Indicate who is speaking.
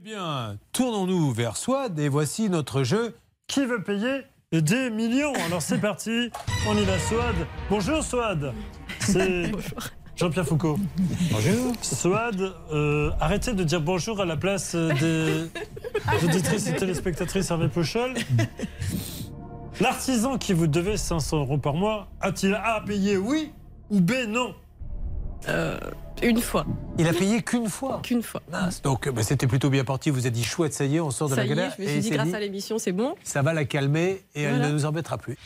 Speaker 1: Eh bien, tournons-nous vers Swad et voici notre jeu.
Speaker 2: Qui veut payer des millions Alors c'est parti, on y va, Swad. Bonjour, Swad. C'est Jean-Pierre Foucault.
Speaker 1: Bonjour.
Speaker 2: Swad, euh, arrêtez de dire bonjour à la place euh, des auditrices et téléspectatrices Hervé Pochol. L'artisan qui vous devait 500 euros par mois a-t-il A à payer oui ou B non
Speaker 3: Une fois,
Speaker 1: Il a payé qu'une fois.
Speaker 3: qu'une fois.
Speaker 1: Mince. Donc euh, bah, c'était plutôt bien parti. Vous avez dit chouette, ça y est, on sort de
Speaker 3: Ça
Speaker 1: la
Speaker 3: y est,
Speaker 1: galère.
Speaker 3: je me suis
Speaker 1: Et
Speaker 3: dit
Speaker 1: c'est
Speaker 3: grâce
Speaker 1: dit,
Speaker 3: à l'émission, c'est bon.
Speaker 1: ça va la calmer et elle
Speaker 3: Voilà.
Speaker 1: ne nous embêtera plus.